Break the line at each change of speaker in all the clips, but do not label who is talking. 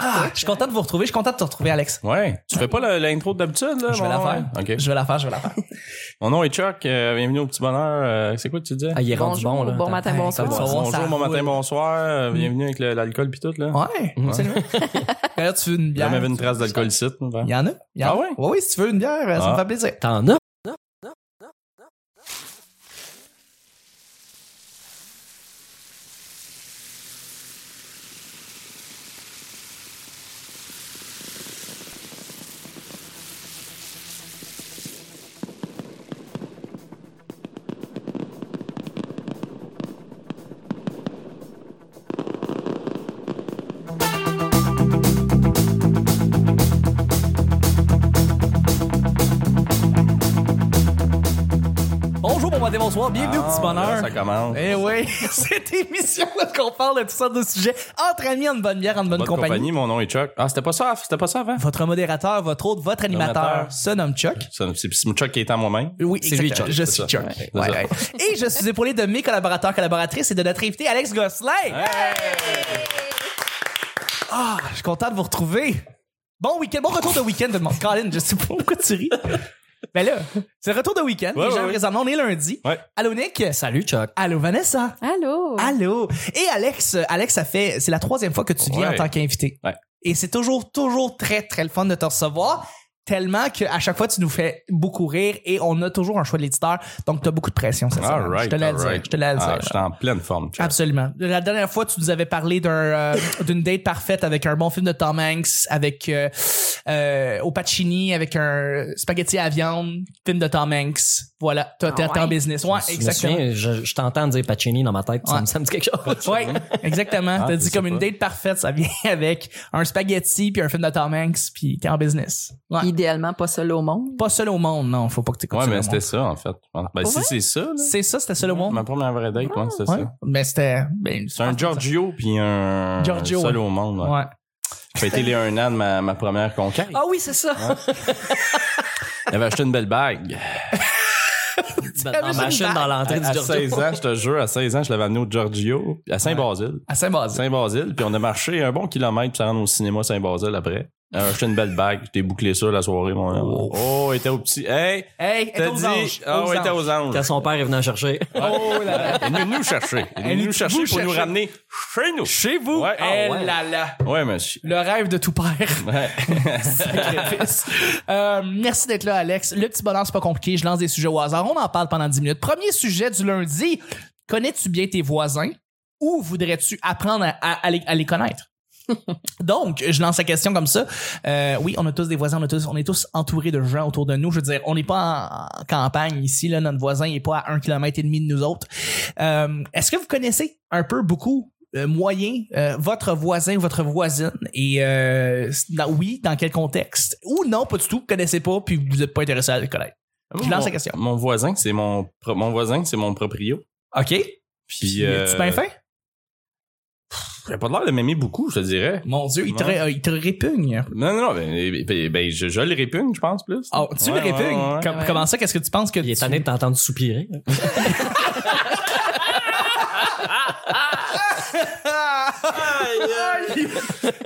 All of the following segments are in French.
Ah, je suis content de vous retrouver. Je suis content de te retrouver, Alex.
Ouais. Tu fais pas le- l'intro d'habitude, là?
Je vais la
bon,
faire.
ouais. OK.
Je vais la faire, je vais la faire.
Mon nom est Chuck. euh, bienvenue au Petit Bonheur. euh, c'est quoi que tu dis?
Ah, il est rendu
Bonjour,
bon, là.
bon matin,
Hey,
bonsoir.
ça va.
Bonjour,
ça
bon
roule. Mm.
matin, bonsoir. euh, bienvenue avec le- l'alcool pis tout, là.
Ouais, absolument. D'ailleurs, tu veux une
J'ai
bière?
jamais vu une trace d'alcool ici. hein,
Il y en a? Il y en a.
Ah ouais?
Oui, oui, si tu veux une bière, euh, ça
Ah.
me fait plaisir.
T'en as?
Bonjour, bon matin, bonsoir. Bienvenue au petit bonheur.
Ah, Ça commence.
Eh oui, cette émission là qu'on parle de toutes sortes de sujets entre amis, en bonne bière, en bonne
Votre
compagnie.
Mon nom est Chuck. Ah, c'était pas ça. C'était pas ça avant.
Votre modérateur, votre hôte, votre animateur
Animateur.
se nomme Chuck.
Ça, C'est c'est Chuck qui est en moi-même.
Oui,
C'est lui,
exactement.
Chuck.
Je
C'est
suis
ça.
Chuck.
Ouais,
Ouais,
c'est
ouais. Et je suis épaulé de mes collaborateurs, collaboratrices et de notre invité Alex Gosselin. Ah, je suis content de vous retrouver. Bon week-end, bon retour de week-end de monde. Colin, je sais pas pourquoi tu ris. Ben là, c'est le retour de week-end.
Ouais,
Les gens,
ouais, ouais.
présentement, on est lundi.
Ouais.
Allô Nick.
Salut, Chuck.
Allô Vanessa.
Allô?
Allô. Et Alex, euh, Alex, ça fait, c'est la troisième fois que tu viens
Ouais.
en tant qu'invité.
Ouais.
Et c'est toujours, toujours très, très le fun de te recevoir. Tellement qu'à chaque fois, tu nous fais beaucoup rire et on a toujours un choix de l'éditeur. Donc, tu as beaucoup de pression, c'est ça.
All right.
je te la
all
dis.
right.
Je te la dis.
Ah, Je suis en pleine forme, Chuck.
Absolument. La dernière fois, tu nous avais parlé d'un, euh, d'une date parfaite avec un bon film de Tom Hanks, avec euh, euh, au Pacini, avec un spaghetti à viande, film de Tom Hanks. Voilà, toi, t'es
Ah
t'es en
ouais.
business. Ouais,
Je me
exactement.
souviens, je, je t'entends dire Pacini dans ma tête, ça,
Ouais.
me, ça me dit quelque chose.
Oui, exactement.
Ah,
T'as
je
dit
sais
comme une
pas.
date parfaite, ça vient avec un spaghetti puis un film de Tom Hanks puis t'es en business. Ouais.
Idéalement, pas seul au monde.
Pas seul au monde, non. Faut pas que t'es comme
Ouais,
seul
mais
au
c'était
monde.
ça, en fait. je pense. Ben,
Pour
si
vrai?
c'est ça, là.
C'est ça, c'était seul au monde.
Ma première vraie date, ouais, c'était
Ouais.
ça.
Mais c'était. ben,
C'est un Giorgio puis un
Giorgio,
seul
ouais.
au monde. ouais.
Ouais.
J'ai fêté les un an de ma, ma première conquête.
Ah oui, c'est ça.
J'avais acheté une belle bague.
Dans
avais
la
une
machine,
bague.
dans
À,
l'entrée du
à
Giorgio.
16 ans, je te jure, à 16 ans, je l'avais amené au Giorgio, à Saint-Basile.
À Saint-Basile.
Saint-Basile, puis on a marché un bon kilomètre pour se rendre au cinéma Saint-Basile après. J'ai acheté une belle bague, j'ai bouclé ça la soirée, mon homme. Oh, il était au petit. Hey!
Hey, elle
T'as
est aux
dit.
anges.
Ah, ouais, il était aux anges.
Quand son père est venu en chercher.
Oh là là.
Il est venu nous chercher. Il est
Elle
venu
est
nous chercher
vous
pour nous
chercher.
ramener chez nous.
Chez vous.
Ouais. Ah,
Eh
ouais.
là là.
Ouais, monsieur.
Le rêve de tout père.
Ouais.
Sacrifice. Euh, merci d'être là, Alex. Le petit bonheur, c'est pas compliqué. Je lance des sujets au hasard. On en parle pendant 10 minutes. Premier sujet du lundi. Connais-tu bien tes voisins ou voudrais-tu apprendre à, à- à les, à les connaître? Donc, je lance la question comme ça. Euh, oui, on a tous des voisins, on, a tous, on est tous entourés de gens autour de nous. Je veux dire, on n'est pas en, en campagne ici, là, notre voisin n'est pas à un kilomètre et demi de nous autres. Euh, Est-ce que vous connaissez un peu beaucoup euh, moyen euh, votre voisin ou votre voisine et euh, dans- oui dans quel contexte ou non pas du tout vous connaissez pas puis vous n'êtes pas intéressé à le connaître Je lance
Mon-
la question.
Mon voisin, c'est mon, pro- mon voisin, c'est mon proprio.
ok
Puis,
tu
euh,
bien fait
il a pas l'air de m'aimer beaucoup, je te dirais.
mon dieu il te, ré- euh, il te répugne
Non, non, non, ben, ben, ben, je, je le répugne, je pense, plus.
Oh, tu
Ouais,
le répugnes
ouais, ouais.
Com-
Ouais.
comment ça qu'est-ce que tu penses que
Il est
tu-
tanné de t'entendre soupirer.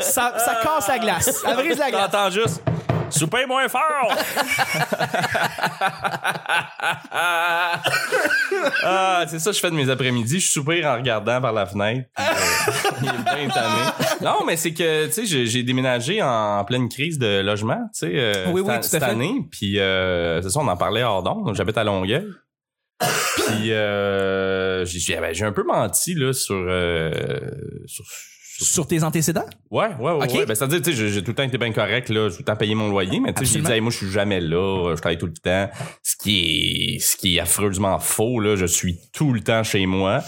ça, ça casse la glace ça brise la glace
T'entends juste, souper moins fort! ah, c'est ça que je fais de mes après-midi. Je soupire en regardant par la fenêtre. Puis, euh, il est bien tanné. Non, mais c'est que, tu sais, j'ai- j'ai déménagé en pleine crise de logement, tu sais, euh,
Oui, oui,
cette-
tout à
cette
fait.
année. Puis, euh, c'est ça, on en parlait hors d'onde. J'habite à Longueuil. Puis, euh, j'ai- j'ai ben, j'ai un peu menti, là, sur, euh, sur, sur
sur tes antécédents
Ouais, ouais, ouais.
Ok.
ouais. Ben, c'est-à-dire, tu sais, j'ai- j'ai tout le temps été bien correct, là. J'ai tout le temps payé mon loyer, mais tu sais, j'ai
Absolument.
dit, Hey, moi, je suis jamais là. euh, Je travaille tout le temps. Ce qui est, ce qui est affreusement faux, là. Je suis tout le temps chez moi.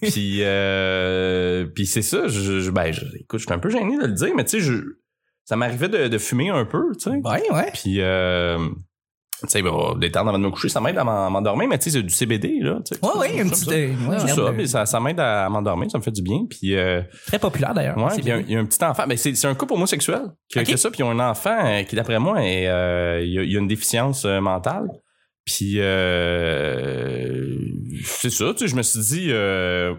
puis, euh, puis c'est ça. Je, je- ben, je- écoute, je suis un peu gêné de le dire, mais tu sais, je- ça m'arrivait de, de fumer un peu, tu sais.
ouais ouais
Puis, euh, tu sais, bon, des temps avant de me coucher, ça m'aide à m'en- m'endormir, mais tu sais, c'est du CBD, là. tu sais.
ouais ouais une
J'aime
petite
ça.
euh, ouais,
Tout
une
ça,
herbe,
puis ça, ça m'aide à m'endormir, ça me fait du bien. Puis, euh,
très populaire d'ailleurs
Ouais,
C'est
puis il y a un- il y, a un petit enfant. Mais c'est c'est un couple homosexuel qui a
Ok.
qui a ça, puis ils ont un enfant euh, qui, d'après moi, est, euh, il, a, il a une déficience euh, mentale. Puis, euh, c'est ça, tu sais, je me suis dit... euh,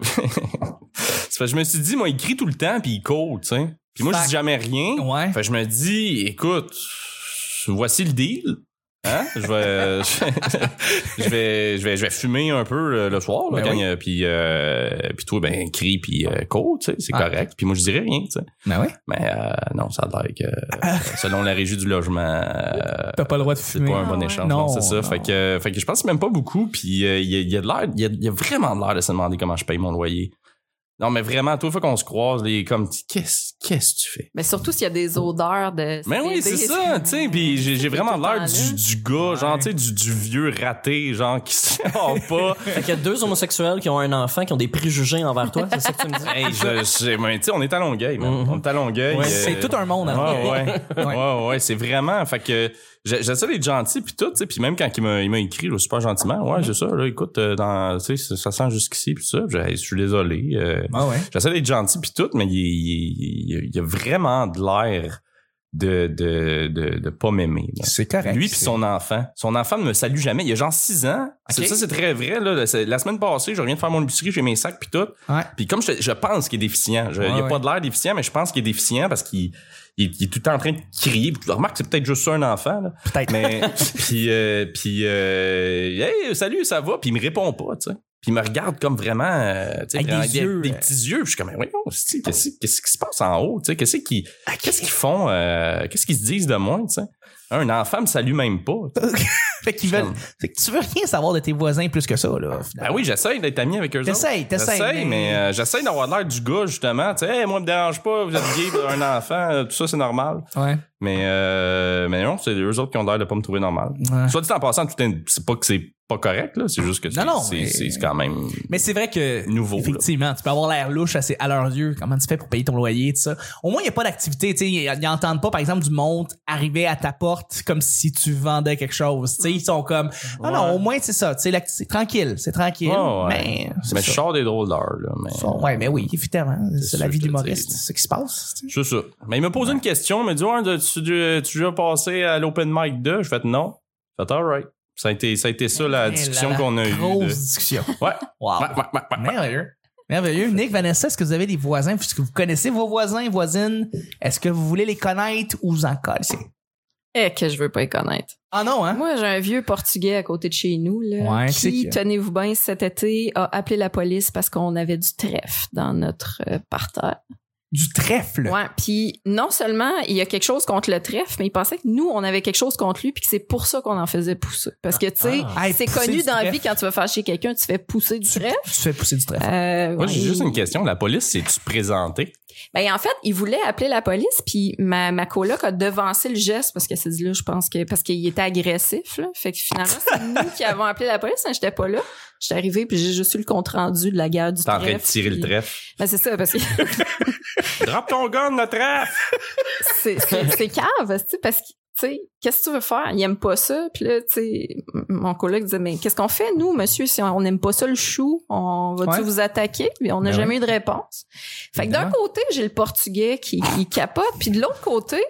c'est parce que je me suis dit, moi, il crie tout le temps, puis il court, tu sais. Puis moi, je
Fait-
dis jamais rien.
Ouais.
Fait que je me dis, écoute, voici le deal. Hein? Je vais, je vais, je vais, je vais fumer un peu euh, le soir, là,
Ben
quand
oui.
il y a- puis, euh, puis toi, ben, crie, puis euh, cours, tu sais, c'est
Ah.
correct. Puis moi, je dirais rien, tu sais.
Ben oui.
Mais euh, non, ça a l'air que,
Ah.
euh, selon la régie du logement, euh,
T'as pas le droit de
c'est
fumer.
pas un bon échange.
ah, Non,
Non, c'est ça.
non.
Fait que, fait que je pense même pas beaucoup. Puis euh, il y, a, il y a de l'air, il y a, il y a vraiment de l'air de se demander comment je paye mon loyer. Non, mais vraiment, toi, fois qu'on se croise, les comme, qu'est-ce qu'est-ce que tu fais?
Mais surtout s'il y a des odeurs de.
Mais Ben oui, c'est
des-
ça, tu sais. Puis j'ai j'ai vraiment
tout le
l'air
temps
du,
là.
du gars, genre, tu sais, du, du vieux raté, genre, qui se sort pas.
Fait qu'il y a deux homosexuels qui ont un enfant, qui ont des préjugés envers toi, c'est ça que tu me dis?
hey, je, je- mais tu sais, on est à Longueuil, man.
Mhm.
On est à Longueuil.
Ouais,
euh,
c'est tout un monde. hein.
Ouais, ouais. ouais, ouais, ouais, c'est vraiment. Fait que j'ai- j'essaie d'être gentil, puis tout, tu sais. Puis même quand il m'a il m'a écrit, là, super gentiment, ouais, j'ai ça, là, écoute, euh, dans, tu sais, ça, ça sent jusqu'ici, puis ça. Puis j'ai- Je suis désolé. euh,
Ah ouais.
J'essaie d'être gentil puis tout, mais il, il- il- il a vraiment de l'air de, de, de, de pas m'aimer. là.
C'est correct.
Lui puis son enfant. Son enfant ne me salue jamais. Il a genre 6 ans.
Ok.
C'est- Ça, c'est très vrai. Là. C'est- La semaine passée, je reviens de faire mon épicerie, j'ai mes sacs puis tout.
Ouais.
Puis comme je, je pense qu'il est déficient. Je-
Ouais,
il a
ouais.
pas de l'air déficient, mais je pense qu'il est déficient parce qu'il il, il est tout le temps en train de crier. Puis, remarque, que c'est peut-être juste ça un enfant. là.
Peut-être.
Mais puis euh, puis euh, hey, salut, ça va. Puis il me répond pas, tu sais. Puis il me regarde comme vraiment, euh, tu sais,
Avec des
vraiment, il y a
yeux,
des
euh.
petits yeux. Puis je suis comme, Mais voyons, c'est-tu, qu'est-ce qu'est-ce qui se passe en haut, tu sais, qu'est-ce qui, qu'est-ce qu'ils font, euh, qu'est-ce qu'ils se disent de moi, tu sais. Un enfant me salue même pas. tu sais.
Fait qu'ils veulent. Fait que tu veux rien savoir de tes voisins plus que ça, là.
Ben oui, j'essaye d'être ami avec eux autres.
T'essayes, t'essayes,
J'essaye,
mais-
mais euh, j'essaye d'avoir l'air du gars, justement. Tu sais, hey, moi, me dérange pas, vous êtes gay, un enfant, euh, tout ça, c'est normal.
Ouais.
Mais, euh, mais non, c'est eux autres qui ont l'air de pas me trouver normal.
Ouais.
Soit dit en passant, tout est- c'est pas que c'est pas correct, là. C'est juste que c'est
Non, non,
c'est-
mais-
c'est c'est quand même.
Mais c'est vrai que.
Nouveau, là.
Effectivement, tu peux avoir l'air louche assez à leurs yeux. Comment tu fais pour payer ton loyer, tout ça. Au moins, il n'y a pas d'activité. tu sais, Ils n'entendent pas, par exemple, du monde arriver à ta porte comme si tu vendais quelque chose. tu sais, ils sont comme. Ah Non, non, au moins, c'est ça. tu sais, l'ac- C'est tranquille. C'est tranquille.
Ouais, Oh, ouais.
Mais. c'est
Mais je
ça.
sors des drôles d'heures, là. Mais...
Bon, ouais, mais oui, évidemment. C'est la
sûr,
vie
je te
d'humoriste.
dis.
C'est ce qui se passe. tu sais.
C'est ça. Mais il m'a posé une question, il m'a dit ouais, tu, tu, tu as passé à l'open mic 2? Je fais non. J'ai fait alright. Ça a été ça, a été ça la
Eh là
discussion
là,
qu'on a eue.
Grosse
de-
discussion.
Ouais.
Wow.
Ouais, ouais, ouais, ouais.
Merveilleux. Merveilleux. Nick, Vanessa, est-ce que vous avez des voisins? Est-ce que vous connaissez vos voisins, voisines? Est-ce que vous voulez les connaître ou vous en collez?
Eh, que je veux pas les connaître.
Ah non, hein?
Moi, j'ai un vieux portugais à côté de chez nous, là.
Ouais, c'est
qui,
qui?
tenez-vous bien, cet été, a appelé la police parce qu'on avait du trèfle dans notre euh, parterre.
Du trèfle.
Ouais, puis non seulement il y a quelque chose contre le trèfle, mais il pensait que nous, on avait quelque chose contre lui, puis que c'est pour ça qu'on en faisait pousser. Parce que, tu sais,
Ah. Hey,
c'est
pousser
connu
du
dans la
trèfle.
vie, quand tu vas fâcher quelqu'un, tu fais pousser du
Tu,
trèfle.
tu fais pousser du trèfle.
Euh,
Moi, j'ai
ouais,
juste
il-
une question. La police, c'est-tu présenté?
Ben, en fait, il voulait appeler la police, puis ma, ma coloc a devancé le geste parce que c'est dit là, je pense que parce qu'il était agressif. Là. Fait que finalement, c'est nous qui avons appelé la police. Hein, J'étais pas là. J'étais arrivée, puis j'ai juste eu le compte rendu de la guerre du
T'es en train de
trèfle,
tirer le
puis-
trèfle.
Ben, c'est ça, parce que
Drop ton gun, le trèfle!
c'est- c'est c'est cave, tu sais, parce que. Tu sais, qu'est-ce que tu veux faire? Il aime pas ça. Puis là, tu sais, m- mon collègue disait, mais qu'est-ce qu'on fait, nous, monsieur, si on n'aime pas ça, le chou? On va-tu
Ouais.
vous attaquer? Puis on n'a
Ben
jamais eu de réponse. Fait que d'un côté, j'ai le portugais qui, qui capote. Puis de l'autre côté,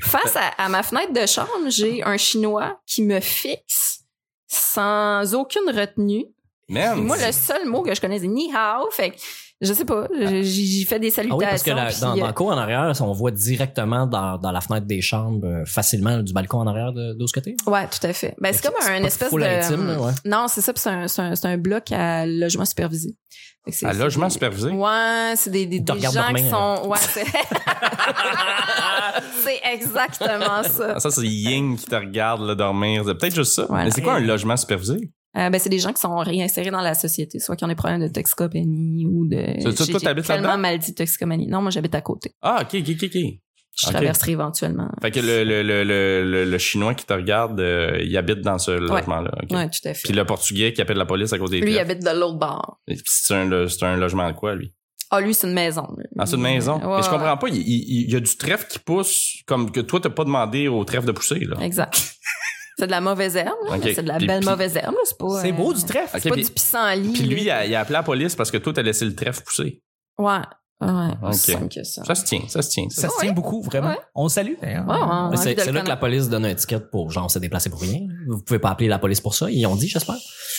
face à, à ma fenêtre de chambre, j'ai un chinois qui me fixe sans aucune retenue. Puis
Ah,
Man!
moi, le seul mot que je connais, c'est ni hao. Fait que, je sais pas, j'ai- j'y fais des
Ah
salutations.
oui, parce que la-
puis,
dans,
euh,
dans le cours en arrière, on voit directement dans, dans la fenêtre des chambres, euh, facilement du balcon en arrière de, de ce côté.
Ouais, tout à fait. Ben, c'est
Fait que
comme
c'est
un
pas
espèce
full
de. hum,
intime, là, ouais.
Non, c'est ça, puis c'est un, c'est un, c'est un bloc à logement supervisé. Fait que c'est-
À
c'est-
logement supervisé?
Ouais, c'est des, des,
Ils te
des gens
regardent dormir,
qui sont.
hein.
Ouais, c'est. c'est exactement ça.
Ah, Ça, c'est Ying qui te regarde le dormir. C'est peut-être juste ça.
Voilà.
Mais c'est quoi un logement supervisé?
Euh, ben, c'est des gens qui sont réinsérés dans la société, soit qui ont des problèmes de toxicomanie ou de.
Ça, toi,
J'ai-
toi,
j'ai
t'habites
tellement
là-dedans?
mal dit toxicomanie. Non, moi, j'habite à côté.
Ah, ok, ok, ok, ok.
Je
Ok.
traverserai éventuellement.
Fait que le, le, le, le, le, le Chinois qui te regarde, euh, il habite dans ce logement-là. ok.
Ouais, tout à fait.
Puis le Portugais qui appelle la police à cause des
Lui, il
trèfles.
habite de l'autre bord.
Et puis C'est un, lo- c'est un logement de quoi, lui?
Ah, lui, c'est une maison.
Dans une maison.
Ouais,
Mais je
ouais.
comprends pas, il, il- il y a du trèfle qui pousse, comme que toi, t'as pas demandé au trèfle de pousser, là.
Exact. c'est de la mauvaise herbe, là.
Ok.
c'est de la
Puis-
belle
puis-
mauvaise herbe. là. C'est pas.
C'est
euh,
beau du trèfle.
Ok,
C'est pas
puis-
du pissenlit.
Puis lui, il
là.
a, il a appelé la police parce que toi, t'as laissé le trèfle pousser.
Ouais. Ouais,
Ok.
aussi simple que ça.
Ça se tient, ça se tient. ça.
Ça se tient beaucoup, vraiment.
hein? Ouais.
On le salue. d'ailleurs.
Ouais, ouais, on a envie
Mais C'est
de le
c'est là que la
connaître.
police donne un ticket pour genre on s'est déplacé pour rien. Vous pouvez pas appeler la police pour ça. Ils ont dit, j'espère.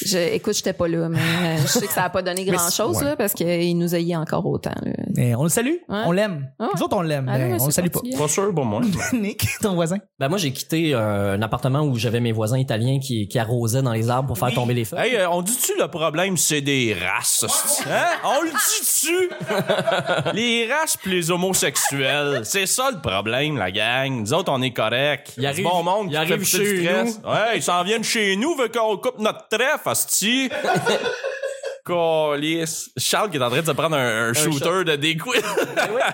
Je, écoute, j'étais pas là, mais euh, je sais que ça a pas donné
Mais
grand chose,
ouais.
là, parce qu'il nous a eu encore autant, là.
Mais on le salue, on l'aime.
Ouais.
Nous autres, on l'aime.
Ah non,
mais
mais
Ben, on le
c'est
salue pas.
particulier.
Pas sûr pour moi.
Nick, ton voisin.
Ben moi, j'ai quitté euh, un appartement où j'avais mes voisins italiens qui, qui arrosaient dans les arbres pour faire tomber les feuilles.
Hey, euh, on dit-tu le problème, c'est des races? hostie? Hein? On le dit-tu? les races puis les homosexuels. C'est ça le problème, la gang. Nous autres, on est corrects.
Il arrive-
bon monde
il
qui
arrive
fait pousser
chez
du stress. Ouais, ils s'en viennent chez nous, veut qu'on coupe notre trèfle, hostie. Calisse. Charles qui est en train de se prendre un, un shooter de des quills.
Ben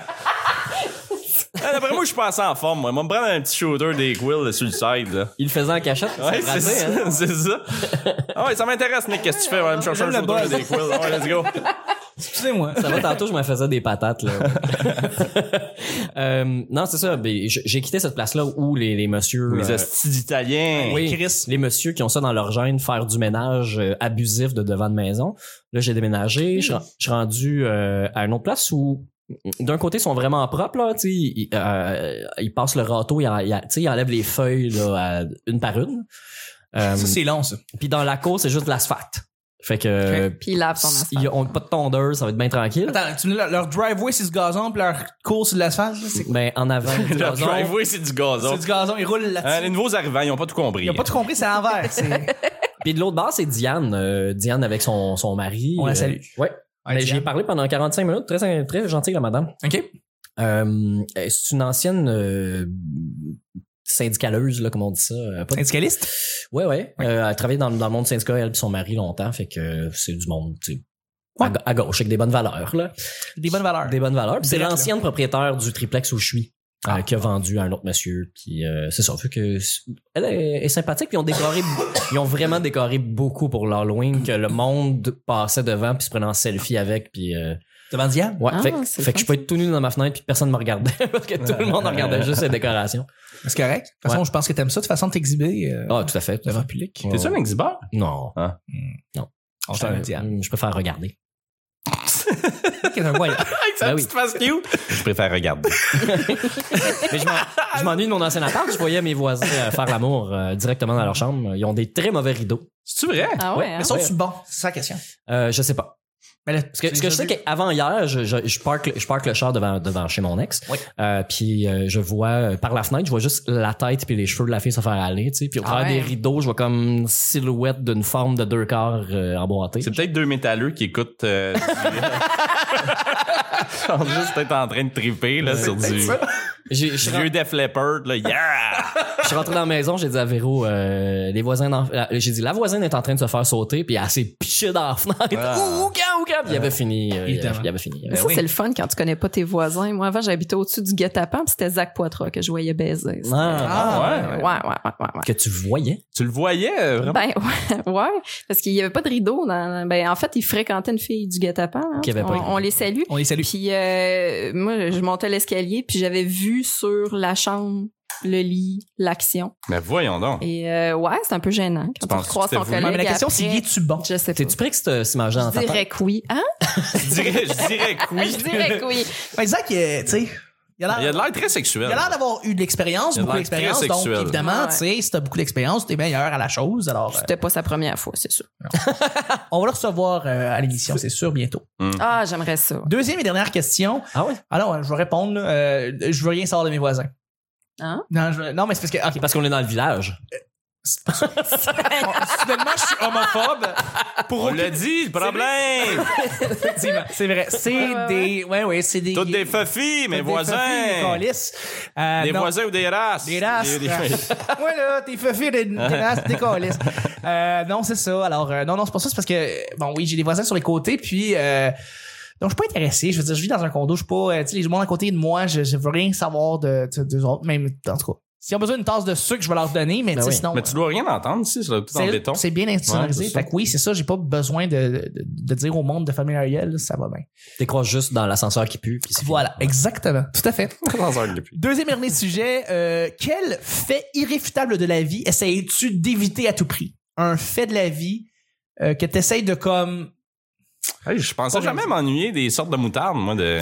Ah, D'après moi, je suis pas assez en forme. Moi, je vais me prendre un petit shooter des quills sur le side. Là.
Ils le faisaient en cachette. ils
Ouais,
se
c'est
brassaient,
ça.
hein.
c'est ça. Ah ouais, ça m'intéresse, Nick. Qu'est-ce que tu fais? Ouais, me chercher un
J'aime le
shooter
buzz.
des quills. Ouais, let's go.
Excusez-moi.
Ça va, tantôt, je me faisais des patates, là. Euh, non, c'est ça. ben, j- J'ai quitté cette place-là où les, les messieurs...
Les
euh,
hosties d'Italiens.
oui,
Chris.
les messieurs qui ont ça dans leur gène, faire du ménage euh, abusif de devant de maison. Là, j'ai déménagé.
Hmm.
Je je suis rendu euh, à une autre place où... D'un côté, ils sont vraiment propres, là, tu sais, ils, euh, ils passent le râteau, ils, en- ils en- tu sais, ils enlèvent les feuilles, là, à- une par une. Euh,
Ça, c'est long, ça.
Puis dans la cour, c'est juste de l'asphalte. Fait que...
Puis il lave son asphalte.
Ils ont pas de tondeuse, ça va être bien tranquille.
Attends, tu me dis leur, leur driveway, c'est du gazon, puis leur course, c'est de l'asphalte. là, C'est
Ben, en avant, du
Le
gazon.
driveway, c'est du gazon.
c'est du gazon, ils roulent
Hein, les
là-dessus.
nouveaux arrivants, ils ont pas tout compris.
Ils ont pas tout compris, c'est à l'envers. c'est-
Puis de l'autre bord, c'est Diane. euh, Diane avec son, son mari.
On la
Euh,
salue.
ouais.
Ouais,
Mais j'ai
Diane.
parlé pendant 45 minutes. Très, très gentille, la madame.
OK.
Euh, c'est une ancienne euh, syndicaleuse, là, comme on dit ça. Euh, Pas de-
Syndicaliste?
Ouais, ouais. Euh, elle travaillait dans, dans le monde syndical, elle et son mari, longtemps. Fait que c'est du monde, tu sais, à, ga- à gauche, avec des bonnes valeurs, là.
Des bonnes valeurs.
Des bonnes valeurs. Puis C'est
Direct, là. Ah.
l'ancienne propriétaire du triplex où je suis. euh, qui a vendu à un autre monsieur puis euh, c'est ça fait que c'est- elle est, est sympathique puis ils ont décoré ils ont vraiment décoré beaucoup pour l'Halloween que le monde passait devant puis se prenait en selfie avec puis euh,
Devant Diane?
ouais
Ah,
fait,
c'est
fait que je peux être tout nu dans ma fenêtre puis personne me regardait parce que tout le monde regardait juste les décorations
C'est correct. De toute façon,
Ouais.
je pense que t'aimes ça. De toute façon, t'exhiber euh,
ah tout à fait tout à
devant
fait.
le public.
Ouais.
T'es sûr un exhibiteur?
non
On
je,
t'aime, Diane.
je préfère regarder
Qui est un voyant.
Avec
Ben oui.
face cute. Je préfère regarder.
Mais je m'en- je m'ennuie de mon ancien appart je voyais mes voisins euh, faire l'amour euh, directement dans leur chambre ils ont des très mauvais rideaux
C'est-tu vrai?
Ah ouais,
Ouais,
hein?
Mais sont-tu bons? C'est ça la question.
Euh, je sais pas
Mais là,
Parce que, ce que je sais
que
qu'avant hier, je, je, je, parque, le- je parque le char devant, devant chez mon ex.
Oui.
Euh, puis euh, je vois euh, par la fenêtre, je vois juste la tête puis les cheveux de la fille se faire aller. tu sais. Puis au
Ah
travers
ouais.
des rideaux, je vois comme une silhouette d'une forme de deux corps euh, emboîtée.
C'est peut-être deux métalleux qui écoutent. euh, du- Ils sont juste peut-être en train de triper là, sur du, du
J'ai- Je suis
vieux
ren-
Def Leppard. Là. Yeah!
je suis rentré dans la maison, j'ai dit à Véro, euh, les voisins, d'en- la- j'ai dit la voisine est en train de se faire sauter, puis elle s'est pichée dans la fenêtre.
Ah.
Ouh, ouh, ouh, ouh, puis il avait fini. euh, il,
Évidemment.
avait, il avait fini.
Ben
Mais ça, c'est le fun quand tu connais pas tes voisins. Moi, avant, j'habitais au-dessus du guet-apens, puis c'était Zach Poitras que je voyais baiser. C'était-
Ah,
Ah,
Ouais, ouais, ouais, ouais, ouais.
que tu voyais.
Tu le voyais euh, vraiment?
Ben ouais, ouais, parce qu'il y avait pas de rideau. Dans, ben en fait, il fréquentait une fille du guet-apens. hein.
Qu'il y avait pas de rideau.
on, on les salue.
On les salue.
Puis euh, moi, je montais l'escalier, puis j'avais vu sur la chambre le lit, l'action.
Mais voyons donc.
Et euh, ouais, c'est un peu gênant quand tu
penses que
recroises ton
c'était vous?
collègue.
Ouais, mais la question,
après,
c'est y es-tu bon?
Je sais pas.
T'es-tu prêt que cette cette image-là en
Je
ta tête?
dirais que oui. Hein?
Je dirais, je dirais que oui.
Je dirais que oui.
Mais Zach, euh, tu sais, il a
Il y a
l'air.
de l'air très
Il
sexuel.
a l'air d'avoir eu de l'expérience,
Il a
beaucoup
l'air très
d'expérience. Donc,
sexuel.
évidemment,
Ouais.
tu sais, si t'as beaucoup d'expérience, t'es meilleur à la chose. Alors, euh,
C'était pas sa première fois, c'est sûr.
on va le recevoir euh, à l'émission, c'est sûr, bientôt.
Ah, j'aimerais ça.
Deuxième et dernière question.
Ah ouais?
Alors, je vais répondre. là. Euh, je veux rien savoir de mes voisins.
Hein?
Non, je veux- non mais c'est parce que. ok,
Parce qu'on est dans le village.
parce que soudainement, je suis homophobe. Pour
On l'a dit, le problème!
Effectivement, c'est vrai. C'est
Ouais, ouais,
des. Ouais, ouais, c'est des.
Toutes des feuilles, mes
des fuffis,
voisins!
Des, câlisses. Euh,
Des
non.
voisins ou des races?
Des races.
Des- des-
ouais, là, t'es feufi, t'es des races, t'es câlisse. Euh, non, c'est ça. Alors, euh, non, non, c'est pas ça. C'est parce que, euh, bon, oui, j'ai des voisins sur les côtés, puis, euh, donc, je suis pas intéressé. Je veux dire, je vis dans un condo, je suis pas, euh, tu sais, les gens à côté de moi, je, je veux rien savoir de, de, d'eux autres, même, en tout cas. S'ils ont besoin d'une tasse de sucre, je vais leur donner, mais,
Ben
tu sais,
oui.
sinon.
Mais tu dois rien entendre ici, c'est tout en
c'est,
béton.
c'est bien institutionnalisé.
Ouais, c'est ça.
fait que oui, c'est ça, j'ai pas besoin de, de, de dire au monde de famille Ariel, là, ça va bien.
T'es crois juste dans l'ascenseur qui pue. puis c'est fini.
Voilà, exactement. Tout à fait.
Dans un depuis.
Deuxième et dernier sujet, euh, quel fait irréfutable de la vie essayes-tu d'éviter à tout prix? Un fait de la vie euh, que t'essayes de comme...
Hey, je pensais
Pas
jamais m'ennuyer des sortes de moutardes, moi, de.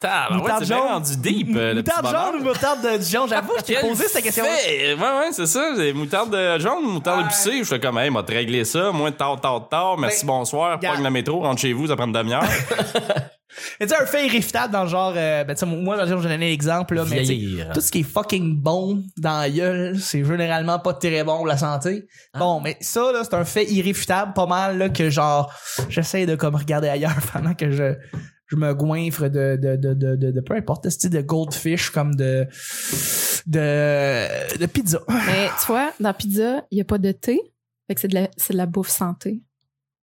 T'as, ouais,
Moutarde
c'est bien
jaune.
rendu deep. euh, le petit
Moutarde
bonhomme.
jaune ou moutarde de Dijon? J'avoue, je t'ai
Quel
posé cette question.
fait? Ouais, ouais, c'est ça. c'est Moutarde euh, jaune, moutarde épicée. Je fais comme, hey, m'a te réglé ça. Moi, tard, tard, tard. Merci,
Ben,
bonsoir.
gars.
Pogne le métro, rentre chez vous, ça prend une demi-heure.
Tu sais, un fait irréfutable dans le genre, euh, ben, tu sais, moi, dans le genre, je donnais l'exemple, là, mais tu sais,
Vieillir.
tout ce qui est fucking bon dans la gueule, c'est généralement pas très bon pour la santé.
Ah.
Bon, mais ça, là, c'est un fait irréfutable, pas mal, là, que genre, j'essaie de comme regarder ailleurs pendant que je, je me goinfre de, de, de, de, de, de peu importe, style de goldfish comme de, de, de pizza.
Mais tu vois, dans pizza, il n'y a pas de thé. Fait que c'est de la, c'est de la bouffe santé.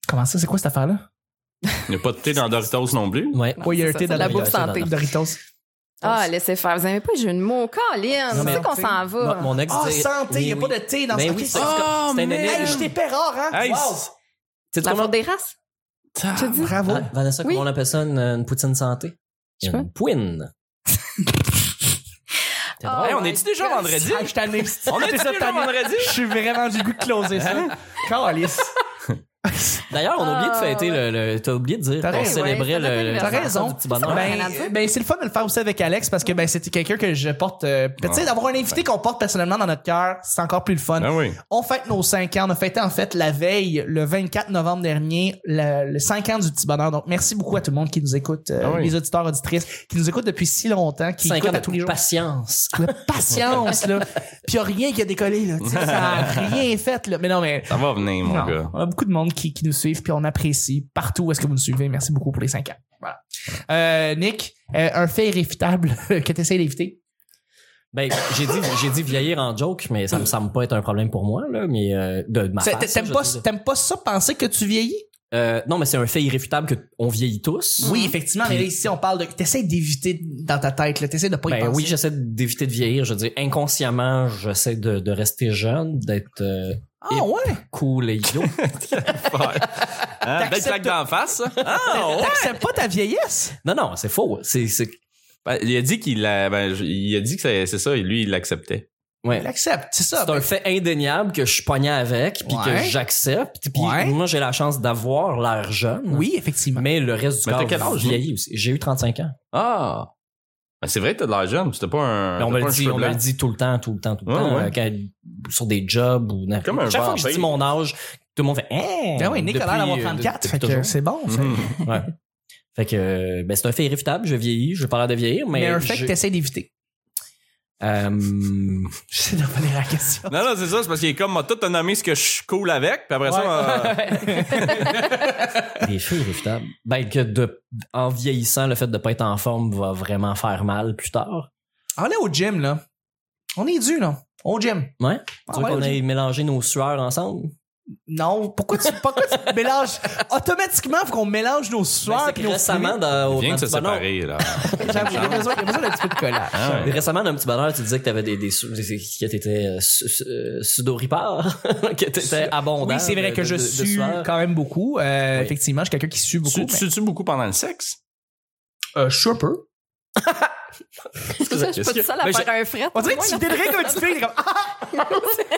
Comment ça, c'est quoi cette affaire-là?
Il n'y a pas de thé dans Doritos non plus.
Ouais.
Non,
Oui, il y a
c'est
un
ça,
thé
c'est
dans
de la
la
bouffe
bière.
santé.
Doritos.
Ah, laissez faire. Vous n'avez pas le jeu de mots. Colin,
Non, mais-
c'est ça qu'on s'en va.
Mon, mon ex
Ah,
disait-
santé, il
Oui,
n'y a
oui.
pas de thé dans
Mais
ce
oui,
ça.
c'est
Oh,
c'est un
man.
Hey, je t'ai
énigme.
paix rare, hein?
Hey,
Wow.
Tu sais
La
comment-
faute des races. Je te dis.
Bravo.
Ah, Vanessa,
Ah. Oui.
comment on appelle ça une, une poutine santé?
Je sais pas.
Une pouine. T'es
Ah,
drôle.
Hey, on est-tu déjà
God.
vendredi?
Ah, je t'en ai-
On est-tu
C'est ça,
déjà
t'en ai-
vendredi?
Je suis vraiment du goût de closer ça.
Hein?
Calice.
D'ailleurs, on a oublié de
Ah,
fêter le, le- T'as oublié de dire
T'as
qu'on
raison.
célébrait
Ouais,
le.
t'as
T'as
le-
raison.
du petit bonheur.
rien à
Ben,
dire.
ben, c'est le fun de le faire aussi avec Alex parce que ben, c'était quelqu'un que je porte. euh, tu sais, d'avoir un invité qu'on porte personnellement dans notre cœur, c'est encore plus le fun.
Ah oui.
On fête nos 5 ans. On a fêté en fait la veille, le 24 novembre dernier, le, 5 ans du petit bonheur. Donc, merci beaucoup à tout le monde qui nous écoute, euh,
Ah oui.
les auditeurs, auditrices, qui nous écoutent depuis si longtemps, qui
Cinq
écoutent
ans
à tous les
de
jours.
patience.
La patience, là. Puis y a rien qui a décollé, là. Tu sais, ça a rien fait, là. Mais non, mais.
Ça va venir, mon
Non.
gars.
On a beaucoup de monde qui, qui nous suivent, puis on apprécie partout où est-ce que vous nous suivez. Merci beaucoup pour les 5 ans. Voilà. Euh, Nick, euh, un fait irréfutable que tu essaies d'éviter.
Ben, j'ai dit, j'ai dit vieillir en joke, mais ça me semble pas être un problème pour moi, là, mais euh, de, de ma
C'est-
part, ça,
T'aimes
je
pas,
veux dire.
t'aimes pas ça, penser que tu vieillis?
Euh, non, mais c'est un fait irréfutable que on vieillit tous.
Oui, effectivement, mais là, ici, on parle de. T'essaies d'éviter dans ta tête, là. T'essaies de pas y
Ben
penser.
oui, j'essaie d'éviter de vieillir. Je veux dire, inconsciemment, j'essaie de, de rester jeune, d'être euh,
Ah, ouais!
cool et yo.
Ouais. Hein, Belle
T'acceptes-
claque d'en face. Ah, ouais.
T'acceptes pas ta vieillesse?
non, non, c'est faux. C'est, c'est,
Ben, il a dit qu'il a, ben, j- il a dit que c'est c'est ça, et lui, il l'acceptait.
ouais.
Elle accepte, c'est ça.
C'est un fait indéniable que je suis pogné avec, puis
Ouais.
que j'accepte. Puis
Ouais.
moi, j'ai la chance d'avoir l'air jeune.
Ben Oui, effectivement.
Mais le reste du
Mais t'as
corps
quel âge,
vieillit aussi. J'ai eu 35 ans.
Ah. Ben, c'est vrai que t'as de l'air jeune. C'était pas un.
Mais on
t'as
me
pas
le
un
dit,
cheveu
on me
blanc.
le dit tout le temps, tout le temps, tout le
Ouais,
temps,
ouais.
euh, quand- sur des jobs ou n'importe
Comme un
Chaque fois que je
vampire.
dis mon âge, tout le monde fait hein,
Ben oui, Nick a l'air d'avoir
depuis, euh,
34.
depuis
fait que
toujours.
c'est bon, ça.
Mhm.
Ouais. Fait que euh, ben, c'est un fait irréfutable, je vieillis, je parle de vieillir, mais,
Mais un fait
je-
que t'essaies d'éviter.
euh,
J'essaie de revenir à la question.
Non, non, c'est ça, c'est parce qu'il est comme, m'a tout nommé ce que je suis cool avec, puis après ça, euh,
des faits irréfutables. Ben que de en vieillissant, le fait de pas être en forme va vraiment faire mal plus tard.
On est au gym, là. On est dû, là. Au gym.
Ouais.
Ah,
tu
ouais,
veux qu'on
ok.
aille mélanger nos sueurs ensemble
Non, pourquoi tu, pourquoi tu mélanges automatiquement faut qu'on mélange nos
Ben,
soirs
c'est
et
que
nos
récemment
fluides.
dans, au
viens de se
Petit Bonheur-
séparer, là.
J'avoue, il y a besoin, il y a besoin d'un petit peu de collage.
Ah ouais.
Mais Récemment, dans un petit bonheur, tu disais que t'avais des, des, sou- des- que t'étais euh, su- su- euh, sudoripare, que t'étais abondant.
Oui, c'est vrai
de-
que
de-
je
de- de
sue
sueur.
quand même beaucoup. Euh,
Oui.
Effectivement, je suis quelqu'un qui sue beaucoup.
Tu tu sues-tu beaucoup pendant le sexe?
mais- Euh, je suis un peu.
C'est ça, je suis pas toute seule à
Mais
faire un fret.
On dirait que
Moi,
tu
là.
t'édrais comme tu fais. comme, Ah!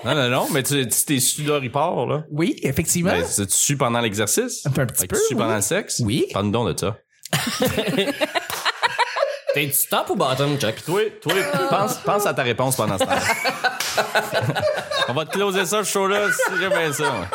Non, non, non, mais tu tu t'es sudoripare, là.
Oui, effectivement.
Ben, c'est- tu sues pendant l'exercice?
un peu- un petit
Fait que
peu.
tu sues
oui.
pendant le sexe?
Oui.
Parle-nous donc de ça.
T'es du top ou bottom, Chuck?
Toi, toi,
Oh.
pense, pense à ta réponse pendant ce temps On va te closer ça, ce show-là, si jamais ça.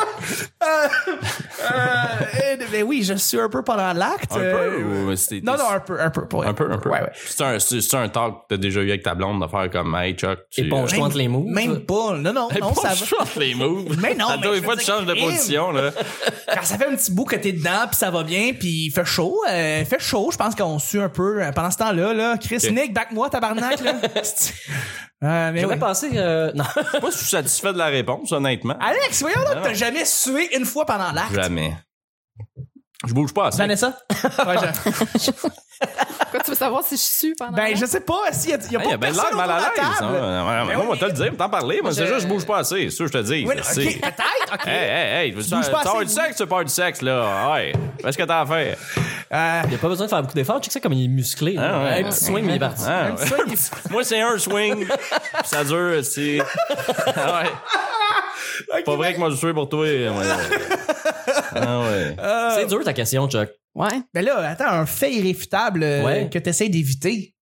Euh, euh, mais oui, je suis un peu pendant l'acte.
Un peu
euh,
ou c'était.
Non, non, un peu, un peu. pour
Un peu, un peu.
Ouais, ouais.
C'est un, c'est c'est un talk que t'as déjà eu avec ta blonde de faire comme, hey Chuck, tu.
Éponge-toi entre les moves.
Même pas. Non, non,
Hey,
non, ça va.
éponge-toi entre les moves.
Mais non,
À
mais
tous les
je
fois,
veux
tu
dire,
changes de
crime.
position, là.
Quand ça fait un petit bout que t'es dedans, puis ça va bien, puis il fait chaud, euh, il fait chaud, je pense qu'on sue un peu euh, pendant ce temps-là, là. Chris,
Ok.
Nick, back-moi, tabarnak, là. Euh, mais
J'aurais
oui.
pensé, euh, non.
Je sais pas si je suis satisfait de la réponse, honnêtement.
Alex, voyons donc,
Non.
t'as jamais sué une fois pendant l'acte.
Jamais. Je bouge pas assez.
Vanessa? Ouais, je-
Pourquoi tu veux savoir si je suis pendant.
ben,
la-
je sais pas, s'il y a, il y a
Hey,
pas
il y a bien
personne
l'air mal à
autour de
l'aise.
la
hein.
table.
Ouais,
Mais
mais moi, on
oui.
va te le dire, t'en parler. Moi, c'est
Je-
juste, je bouge pas assez. C'est sûr, je te dis.
Oui,
Je
ok,
sais.
peut-être, ok.
Hey, hey, hey, tu
bouges pas
as
assez,
du
oui.
sexe, tu parles du sexe, là. Ouais. Qu'est-ce que t'as à faire?
Euh,
Il a pas besoin de faire beaucoup d'efforts. Check ça comme il est musclé. là.
Ah, ouais.
Un petit swing, il est parti.
Hein?
ça, il est-
Moi, c'est un swing. pis ça dure, c'est. ouais. pas vrai que moi je suis pour toi. ouais. ah ouais.
Euh,
C'est dur ta question, Chuck.
Ouais.
Mais Ben là, attends, un fait irréfutable euh,
Ouais.
que t'essayes d'éviter,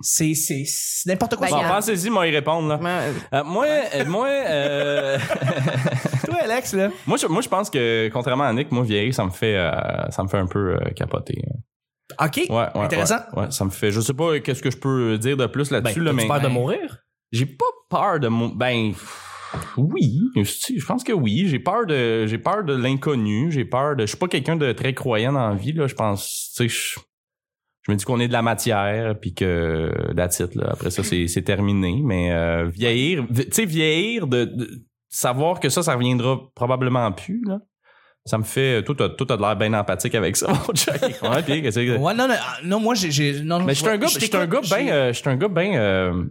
c'est c'est- c'est n'importe quoi.
Ben,
Bon,
Regarde.
pensez-y, moi y répondre là.
Ouais.
Euh, moi, euh, moi, euh,
Toi, Alex, là.
moi, je, moi, je pense que contrairement à Nick, moi vieillir, ça me fait, euh, ça me fait un peu euh, capoter.
OK.
Ouais, ouais,
Intéressant.
Ouais, ouais, ça me fait. Je sais pas euh, qu'est-ce que je peux dire de plus
Ben,
là-dessus là, mais
tu peur de mourir?
j'ai pas peur de mon. Ben pff, oui, si, je pense que oui. J'ai peur de, j'ai peur de l'inconnu. J'ai peur de. Je suis pas quelqu'un de très croyant dans la vie là. Je pense, tu sais, je, je me dis qu'on est de la matière puis que that's it, là. Après ça, c'est, c'est terminé. Mais euh, vieillir, vi- tu sais, vieillir de, de savoir que ça, ça reviendra probablement plus là. Ça me fait. Toi, t'as, toi, t'as de l'air bien empathique avec ça, mon Jack. Ouais, puis qu'est-ce que-
Ouais, non, non, non, moi, j'ai- j'ai. non,
mais je suis un gars, je suis un gars
t'écoute,
bien,
j'ai-
euh, je suis un gars bien, euh,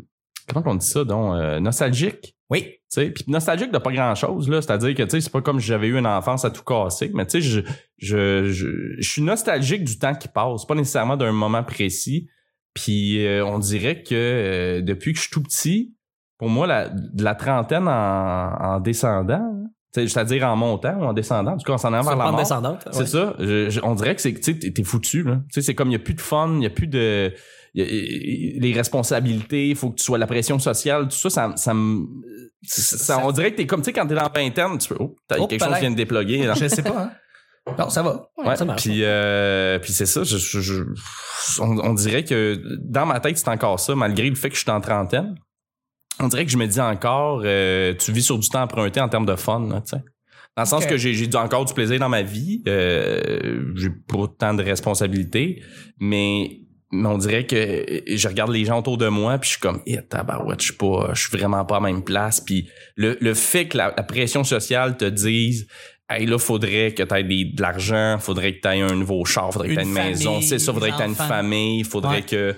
comment qu'on dit ça, donc euh, nostalgique.
Oui.
Tu sais, puis nostalgique de pas grand chose là, c'est-à-dire que tu sais, c'est pas comme si j'avais eu une enfance à tout casser, mais tu sais, je, je, je, je suis nostalgique du temps qui passe, pas nécessairement d'un moment précis. Puis euh, on dirait que euh, depuis que je suis tout petit, pour moi, la, de la trentaine en, en descendant, hein, tu sais, c'est-à-dire en montant ou en descendant, du coup en s'en allant vers la
en
mort.
descendante.
C'est
ouais.
ça. Je- je- on dirait que c'est, tu sais, t'es t'es foutu, là. Tu sais, c'est comme, il n'y a plus de fun, il n'y a plus de, y a- y- y- les responsabilités, il faut que tu sois la pression sociale, tout ça, ça, ça me, ça- ça- on dirait que t'es comme, tu sais, quand t'es dans la vingtaine, tu peux, oh, t'as
Oh,
quelque chose
palais.
qui vient de déploguer. là.
Je sais pas, hein. Non, ça va.
Ouais,
ça marche.
puis, euh, puis c'est ça, je, je- je- on, on dirait que dans ma tête, c'est encore ça, malgré le fait que je suis en trentaine. On dirait que je me dis encore, euh, tu vis sur du temps emprunté en termes de fun, là, tu sais. Dans le sens
Ok.
que j'ai j'ai du- encore du plaisir dans ma vie, euh, j'ai pas autant de responsabilités, mais, mais on dirait que euh, je regarde les gens autour de moi, puis je suis comme, eh, tabarouette, je suis pas, je suis vraiment pas à la même place, puis le, le fait que la, la pression sociale te dise Hey, là, faudrait que tu de l'argent, faudrait que tu un nouveau char, faudrait que
Une
tu une
famille,
maison, c'est ça, faudrait
des
que tu une
enfants.
famille, faudrait
Ouais.
que.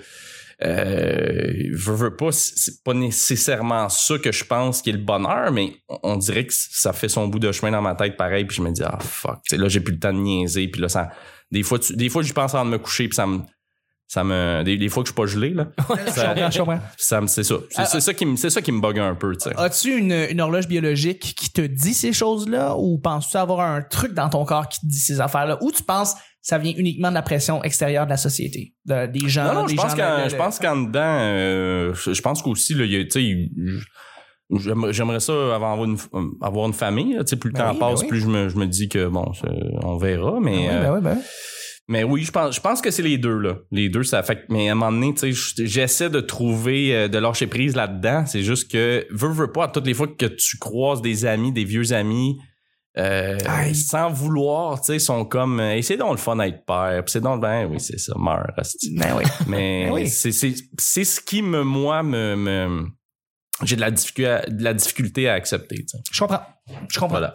Euh, veux, veux pas, c'est c'est pas nécessairement ça que je pense qui est le bonheur, mais on- on dirait que ça fait son bout de chemin dans ma tête pareil, puis je me dis, ah fuck, tu sais, là, j'ai plus le temps de niaiser, puis là, ça. Des fois, tu- des fois j'y pense avant de me coucher, puis ça me. Ça me des, des fois que je suis pas gelé, là.
Je
ça,
comprends, Ah, je comprends.
ça me- c'est ça. C'est c'est ça qui me, c'est ça qui me bug un peu, tu sais.
As-tu une, une horloge biologique qui te dit ces choses-là ou penses-tu avoir un truc dans ton corps qui te dit ces affaires-là ou tu penses que ça vient uniquement de la pression extérieure de la société, de- des gens,
Non, non,
des
je pense
gens
qu'en
de- de-
je pense qu'en dedans, euh, je je pense qu'aussi, là, il y a, tu sais, il- j'aimerais j'aimerais ça avant avoir une, avoir une famille. là, tu sais, plus le
Ben
temps
oui, ben
passe,
oui.
plus je me, je me dis que bon, c'est- on verra.
Ouais,
Mais, euh,
ben ouais, ben ouais.
mais oui, je pense, je pense que c'est les deux. là. Les deux, ça affecte. Mais à un moment donné, tu sais, je- j'essaie de trouver euh, de lâcher prise là-dedans. C'est juste que, veux, veux pas, à toutes les fois que tu croises des amis, des vieux amis, euh,
Aïe.
sans vouloir, tu sais, sont comme, euh, Hey, c'est donc le fun d'être père. Puis c'est donc, ben oui, c'est ça, meurs. hostie.
Ben oui.
Mais
Ben oui.
c'est, c'est, c'est ce qui, me, moi, me, me- j'ai de la, difficulté à, de la difficulté à accepter. tu sais.
Je comprends. Je comprends.
Voilà.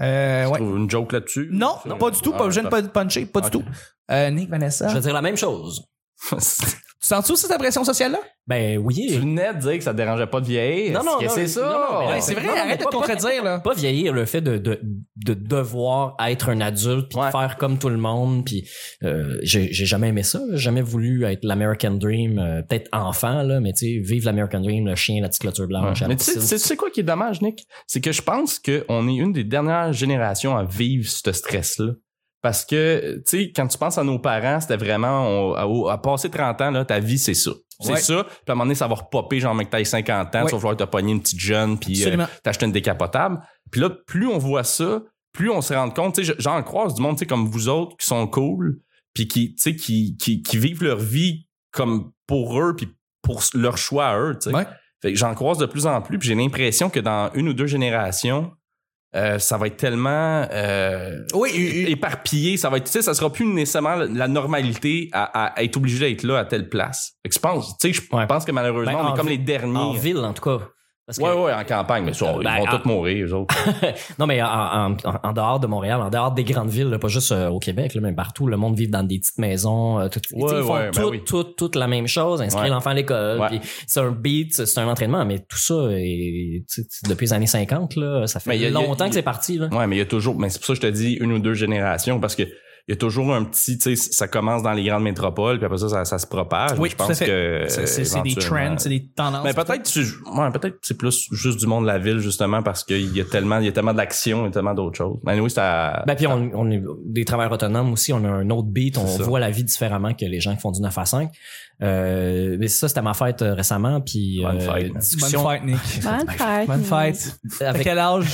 Euh, ouais.
Trouve Une joke là-dessus? Ah,
Non, pas du tout. Pas besoin de pas de puncher, pas
Ok.
du tout. Euh, Nick, Vanessa,
Je vais dire la même chose.
tu sens-tu aussi cette pression sociale-là?
Ben
tu
oui.
venais de dire que ça te dérangeait pas de vieillir.
Non, non,
Qu'est-ce que
non,
c'est
non,
ça?
non, mais là,
c'est vrai,
non, non, mais
arrête de
pas-
te contredire, là.
Pas vieillir, le fait de, de, de devoir être un adulte puis de
Ouais.
faire comme tout le monde puis euh, j'ai j'ai jamais aimé ça, là. J'ai jamais voulu être l'American Dream, euh, peut-être enfant là, mais tu sais vivre l'American Dream, le chien, la petite clôture blanche, à la
Mais tu sais,
piscine.
tu sais- tu sais quoi qui est dommage, Nick? C'est que je pense qu'on est une des dernières générations à vivre ce stress-là. Parce que, tu sais, quand tu penses à nos parents, c'était vraiment, on- à, au- à passer 30 ans, là, ta vie, c'est ça. C'est
Ouais.
ça. Puis à un moment donné, ça va repopper, genre, mec, t'as 50 ans,
Ouais.
tu vas falloir te pogner une petite jeune, puis euh,
Absolument.
t'acheter une décapotable. Puis là, plus on voit ça, plus on se rend compte, tu sais, j'en croise du monde, tu sais, comme vous autres, qui sont cool, puis qui, tu sais, qui, qui, qui vivent leur vie comme pour eux, puis pour leur choix à eux, tu sais.
Ouais.
Fait que j'en croise de plus en plus, puis j'ai l'impression que dans une ou deux générations, euh, ça va être tellement euh,
Oui, u- u-
éparpillé, ça va être, tu sais, ça sera plus nécessairement la, la normalité à, à- à être obligé d'être là à telle place. Fait que je pense, tu sais, je
Ouais.
pense que malheureusement,
Ben,
on
en
est comme
vi-
les derniers.
en ville en tout cas. Parce que-
Ouais, ouais, en campagne, mais ça, ils
Ben,
vont
en-
tous mourir, eux autres.
Non, mais en, en- en- en dehors de Montréal, en dehors des grandes villes, là, pas juste euh, au Québec, là, mais partout, le monde vit dans des petites maisons. euh, tout- tu sais,
Ouais,
ils font
ouais, ben
tout,
oui.
tout, tout la même chose, inscrire
Ouais.
l'enfant à l'école.
Ouais.
puis C'est un beat, c'est un entraînement, mais tout ça, est, tu sais, tu- depuis les années 50, là, ça fait
Mais il y a- il y a-
longtemps
il y a-
que c'est parti. Là.
Ouais, mais il y a toujours. Mais c'est pour ça que je te dis une ou deux générations, parce que il y a toujours un petit, tu sais, ça commence dans les grandes métropoles, puis après ça, ça, ça se propage.
Oui,
Mais je
tout à
pense
fait.
que.
C'est- C'est c'est des
Euh, éventuellement-
trends, c'est des tendances.
mais peut-être tu- ouais, peut-être que c'est plus juste du monde de la ville justement parce qu'il y a tellement il y a tellement d'action, il y a tellement d'autres choses. Mais oui, c'est à-
Ben puis on, on est des travailleurs autonomes aussi, on a un autre beat, on
C'est ça.
voit la vie différemment que les gens qui font du 9 à 5. Euh, mais ça, c'était ma fête euh, récemment, puis euh,
Bonne fête, man.
Bonne
discussion
fête, Nick.
Bonne fête.
Bonne fête. À
avec
quel âge?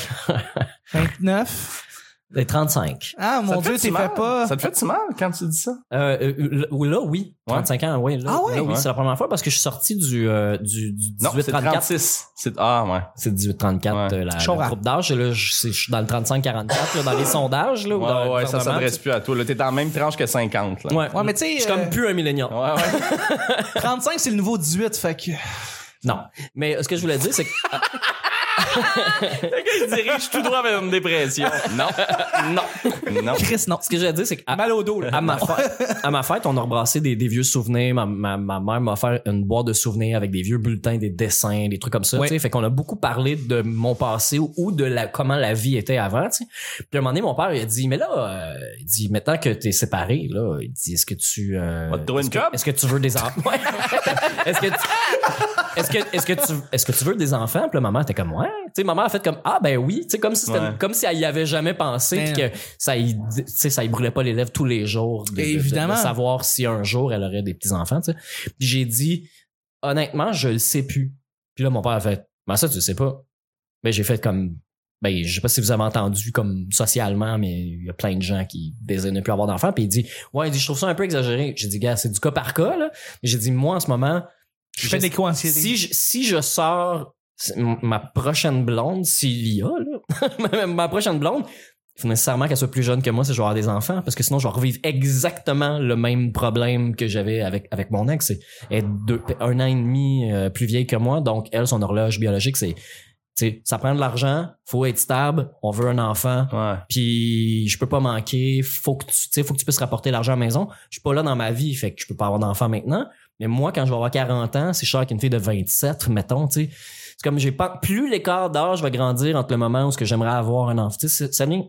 29?
les 35.
Ah,
Ça
mon Dieu,
te fait-tu
t'es fait
mal?
pas.
Ça te fait du mal quand tu dis ça
Euh, euh, là- là, oui,
Ouais.
35 ans, oui. Là,
Ah ouais?
là, oui,
Ouais.
c'est la première fois parce que je suis sorti du, euh, du, du
Non, c'est
18-34.
36. C'est ah ouais.
C'est 18-34,
Ouais.
euh, la,
Chauvin.
le groupe d'âge. Là, je, c'est- je suis dans le 35-44, là, dans les sondages. Là, ou dans le
Ouais, ouais, ça
gouvernement,
s'adresse plus à toi. Là, t'es dans la même tranche que 50. Là.
tu sais.
Ouais, mais tu sais,
Je suis
euh,
comme plus un millénial.
Ouais, ouais.
35, c'est le nouveau 18, fait que. euh,
Non. Mais euh, ce que je voulais dire, c'est que
Il se dirige tout droit vers une dépression. Non, non, non.
Chris, non.
ce que je voulais dire, c'est que ah, à-
Mal au dos, là.
À ma, fête, à ma fête, on a rebrassé des, des vieux souvenirs. Ma, ma, ma mère m'a offert une boîte de souvenirs avec des vieux bulletins, des dessins, des trucs comme ça.
Oui.
tu sais. Fait qu'on a beaucoup parlé de mon passé ou, ou de la, comment la vie était avant. tu sais. Puis à un moment donné, mon père, il a dit, mais là, euh, il dit, maintenant que t'es séparé, là, il dit, est-ce que tu... euh,
Va te trouver
est-ce
une
que-
job?
Est-ce que tu veux des enfants? Ouais. est-ce que tu... Est-ce que, est-ce, que tu, est-ce que tu veux des enfants? Puis là, maman était comme, ouais. Tu sais, maman a fait comme, ah, ben oui. Tu sais, comme si, c'était-
Ouais.
comme si elle y avait jamais pensé.
Ben.
puis que ça y, tu sais, ça y brûlait pas les lèvres tous les jours de, de- de- de
Évidemment.
savoir si un jour elle aurait des petits enfants tu sais. puis j'ai dit honnêtement je le sais plus puis là mon père a fait mais ça tu le sais pas mais j'ai fait comme ben je sais pas si vous avez entendu comme socialement mais il y a plein de gens qui désirent ne plus avoir d'enfants puis il dit ouais il dit je trouve ça un peu exagéré j'ai dit gars c'est du cas par cas là mais j'ai dit moi en ce moment
Je fais des co-anxiétés.
si je, si je sors c'est m- ma prochaine blonde, s'il y a, là, ma- ma prochaine blonde, il faut nécessairement qu'elle soit plus jeune que moi si je vais avoir des enfants, parce que sinon je vais revivre exactement le même problème que j'avais avec, avec mon ex. C'est elle est deux, un an et demi euh, plus vieille que moi, donc elle, son horloge biologique, c'est. tu sais, ça prend de l'argent, faut être stable, on veut un enfant,
Ouais.
puis je peux pas manquer, faut que tu tu sais, faut que tu puisses rapporter l'argent à la maison. Je suis pas là dans ma vie, fait que je peux pas avoir d'enfant maintenant. Mais moi, quand je vais avoir 40 ans, c'est cher qu'une fille de 27, mettons, tu sais. C'est comme j'ai pas. Plus l'écart d'âge va grandir entre le moment où ce que j'aimerais avoir un enfant. Tu sais, c'est- ça devient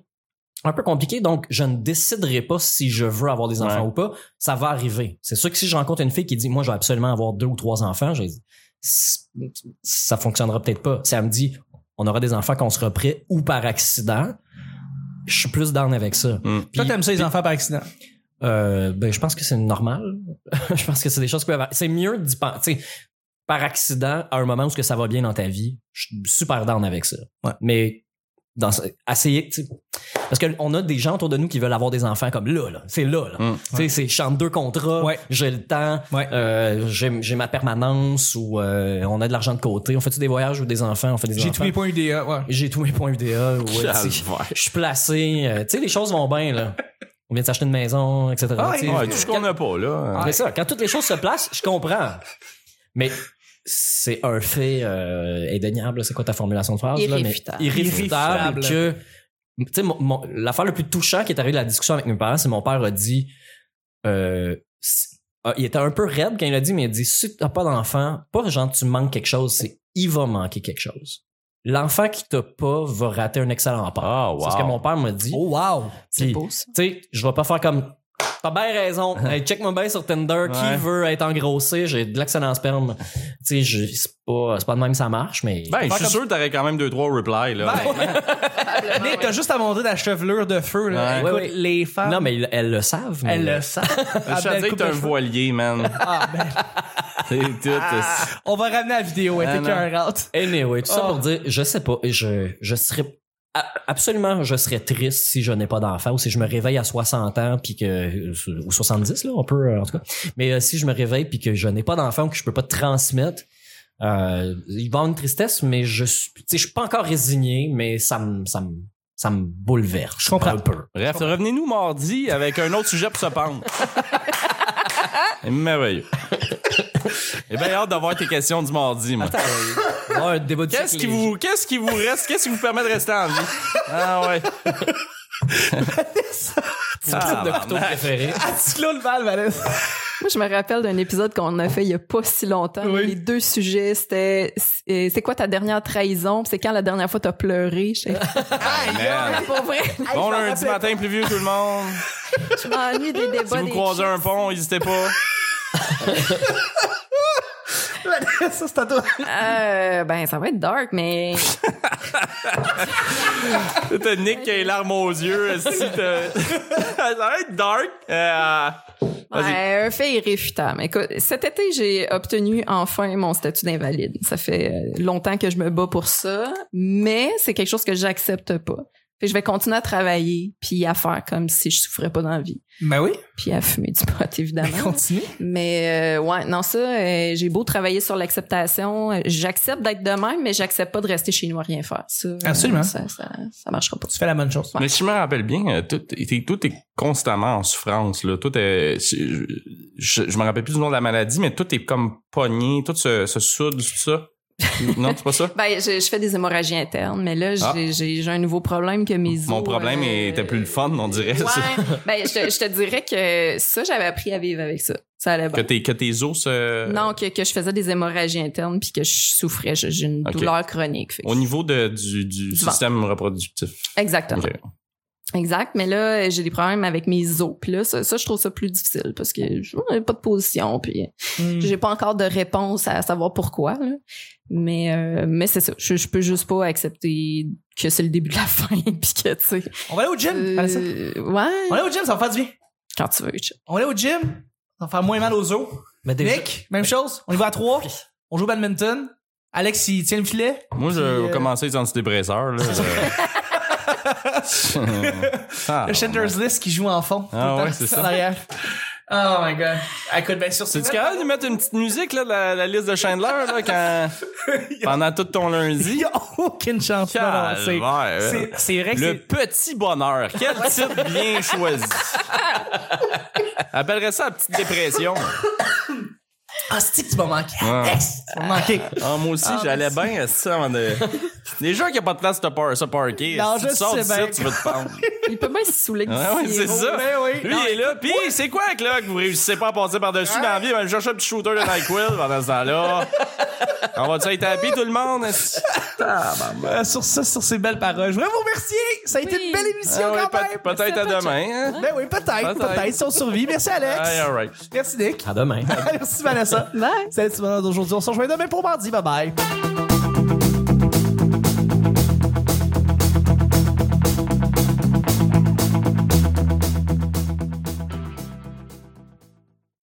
un peu compliqué, donc je ne déciderai pas si je veux avoir des enfants
Ouais.
ou pas. Ça va arriver. C'est sûr que si je rencontre une fille qui dit Moi, je vais absolument avoir deux ou trois enfants, je vais dire, C- ça fonctionnera peut-être pas. Si elle me dit On aura des enfants qu'on sera prêts ou par accident, je suis plus down avec ça.
Mm.
Toi,
Puis-
t'aimes ça, les enfants par accident.
euh, ben, je pense que c'est normal. je pense que c'est des choses qui peuvent arriver. C'est mieux d'y penser. tu sais, Par accident, à un moment où ce que ça va bien dans ta vie, je suis super down avec ça.
Ouais.
Mais dans ce- essayer, tu sais, parce qu'on a des gens autour de nous qui veulent avoir des enfants comme là, là. C'est là, là.
Hmm.
Mm.
Tu sais, c'est je chante deux contrats,
Ouais.
j'ai le temps,
Ouais.
euh, j'ai j'ai ma permanence ou euh, on a de l'argent de côté. On fait-tu des voyages ou des enfants? On fait des
J'ai
enfants.
tous mes points UDA, ouais.
J'ai tous mes points UDA. ouais, tu sais.
Calvaire.
je suis placé. euh, tu sais, les choses vont bien, là. On vient de s'acheter une maison, etc.
Ah,
tu sais.
Ouais, tout ce qu'on n'a pas là.
C'est ça. Quand toutes les choses se placent, je comprends. Mais c'est un fait euh, indéniable. C'est quoi ta formulation de phrase? là, mais
Irréfutable.
irréfutable.
Irréfutable.
que... Tu sais, mon- mon- l'affaire le plus touchant qui est arrivée de la discussion avec mes parents, c'est mon père a dit... euh, si- ah, il était un peu raide quand il a dit, mais il a dit, si t'as pas d'enfant, pas genre tu manques quelque chose, c'est il va manquer quelque chose. L'enfant qui t'a pas va rater un excellent pas.
Ah
C'est ce que
wow.
mon père m'a dit.
Oh, wow.
C'est
Puis-
beau, ça.
tu sais, je vais pas faire comme. T'as bien raison. Hey, check-moi bien sur Tinder.
Ouais.
Qui veut être engrossé? J'ai de l'excellent sperme. Tu sais, je- c'est pas, c'est pas de même que ça marche, mais.
Ben,
Faire
je suis
comme- Ben,
sûr que t'aurais quand même deux trois replies là.
Nick, t'as juste à monter ta chevelure de feu, là.
Ouais.
Écoute,
Ouais, ouais.
les femmes.
non, mais ils- elles le savent. mais-
Elles le savent.
je
Ah,
te dis
belle
que
coupe
t'es un
de cheveux.
voilier, man.
Ah, ben, Ah.
C'est tout. euh,
on va ramener la vidéo,
Ah,
elle était
non.
cœurante.
Anyway, tout ça
Oh.
pour dire, je sais pas. Je, je serais. a- Absolument, je serais triste si je n'ai pas d'enfant ou si je me réveille à 60 ans puis que ou 70 là, on peut euh, en tout cas. Mais euh, si je me réveille puis que je n'ai pas d'enfant ou que je peux pas transmettre, euh, il va y avoir une tristesse, mais je suis, tu sais, je suis pas encore résigné, mais ça me, ça me, ça me bouleverse.
Je comprends.
un peu.
Bref, revenez-nous mardi avec un autre sujet pour se pendre. C'est merveilleux. J'ai bien hâte d'avoir tes questions du mardi, moi.
Ah, un débat de
Qu'est-ce
siècle,
qui
les-
vous, qu'est-ce qui vous reste, qu'est-ce qui vous permet de rester en vie? Ah ouais.
type de couteau préféré.
Ah, tu clôt le bal, Vanessa.
Moi, je me rappelle d'un épisode qu'on a fait il y a pas si longtemps.
Oui.
Les deux sujets, c'était c'est c'est quoi ta dernière trahison, Puis c'est quand la dernière fois t'as pleuré. J'étais-
Man.
Pour vrai,
Bon lundi matin pluvieux tout le monde.
je m'ennuie des débats.
Si vous
des
croisez un pont, n'hésitez pas.
ça, c'est à toi.
Euh, ben, ça va être dark, mais
T'as Nick qui a les larmes aux yeux. Si t'as- Ça va être dark. Euh, Vas-y.
Ouais, Ben, un fait irréfutable. Écoute, cet été, j'ai obtenu enfin mon statut d'invalide. Ça fait euh, longtemps que je me bats pour ça, mais c'est quelque chose que j'accepte pas. Puis je vais continuer à travailler, puis à faire comme si je souffrais pas dans la vie,
Ben oui.
puis à fumer du pot évidemment.
Continue.
mais euh, ouais, non ça, euh, j'ai beau travailler sur l'acceptation, euh, j'accepte d'être de même, mais j'accepte pas de rester chez nous à rien faire. Ça, euh,
Absolument.
Ça, ça, ça marchera pas.
Tu fais la bonne chose.
Mais si je me rappelle bien, euh, tout, t'es- tout est constamment en souffrance. Là. Tout est, je, je, je me rappelle plus du nom de la maladie, mais tout est comme pogné, tout se, se soude, tout ça. non, c'est pas ça?
Ben, je, je fais des hémorragies internes, mais là, j'ai
Ah.
j'ai- j'ai un nouveau problème que mes
Mon
os,
problème
euh,
était plus le fun, on dirait.
Ouais. ben, je te, je te dirais que ça, j'avais appris à vivre avec ça. Ça allait
Que,
bien.
tes, que euh, tes os se...
Non, que, que je faisais des hémorragies internes puis que je souffrais. Je- J'ai une
Ok.
douleur chronique. fait que-
Au niveau de, du, du
Du
système reproductif.
Exactement.
Ok.
Exact. Mais là, j'ai des problèmes avec mes os. Puis là, ça, ça, je trouve ça plus difficile parce que je n'ai pas de position. Puis
Hmm.
j'ai pas encore de réponse à savoir pourquoi. là. Mais, euh, mais c'est ça. Je, je peux juste pas accepter que c'est le début de la fin puis que, tu sais.
On va aller au gym. Vanessa.
euh,
On va
ouais.
aller au gym, ça va faire du bien.
Quand tu veux. tu-
On va aller au gym, ça va faire moins mal aux os.
Mais déjà-
Nick, même chose. On y va à trois. On joue au badminton. Alex, il tient le filet.
Moi, je
Puis,
vais
euh,
commencer les antidépresseurs. Là, Ah,
Le Schindler's List qui joue en fond. tout
Ah
le temps,
ouais, c'est ça.
en arrière. Oh my god. Écoute, ben, bien sûr,
C'est-tu capable de mettre une petite musique là, de la, la liste de Chandler là, quand... pendant tout ton
Il
lundi?
n'y a aucune chance. Non, non, c'est-
Calvaire.
c'est- C'est vrai que
Le
c'est...
petit bonheur. Quel titre bien choisi. Appellerais ça la petite dépression.
Ah, c'est que tu m'as manqué.
Ouais.
Alex, tu m'as manqué.
Ah, moi aussi, j'allais bien à ça. avant de- Déjà qu'il n'y a pas de place de te par- se parquer.
Non,
si tu
je
sors
sais
d'ici,
bien.
tu vas te pendre.
Il peut bien se saouler que
Ah Ouais, ouais,
du
c'est
sirop.
ça.
Ben oui.
Lui, il est là. Puis, c'est quoi que, là, que vous réussissez pas à passer par-dessus dans la vie? Ben, je cherche un petit shooter de NyQuil pendant ce temps-là. On va-tu être happy, tout le monde? Ah ben.
Euh, sur ça, sur ces belles paroles, je voudrais vous remercier. Ça a été
Oui.
une belle émission
Ah ouais,
quand
peut-
même.
Peut-être à demain. hein?
Ben oui, peut-être,
Peut-être.
peut-être, si on survit. Merci Alex.
Ah, all right.
Merci Nick.
À demain.
Merci Vanessa.
Bye.
Salut tout le monde. Aujourd'hui, on se rejoint demain pour mardi. Bye bye.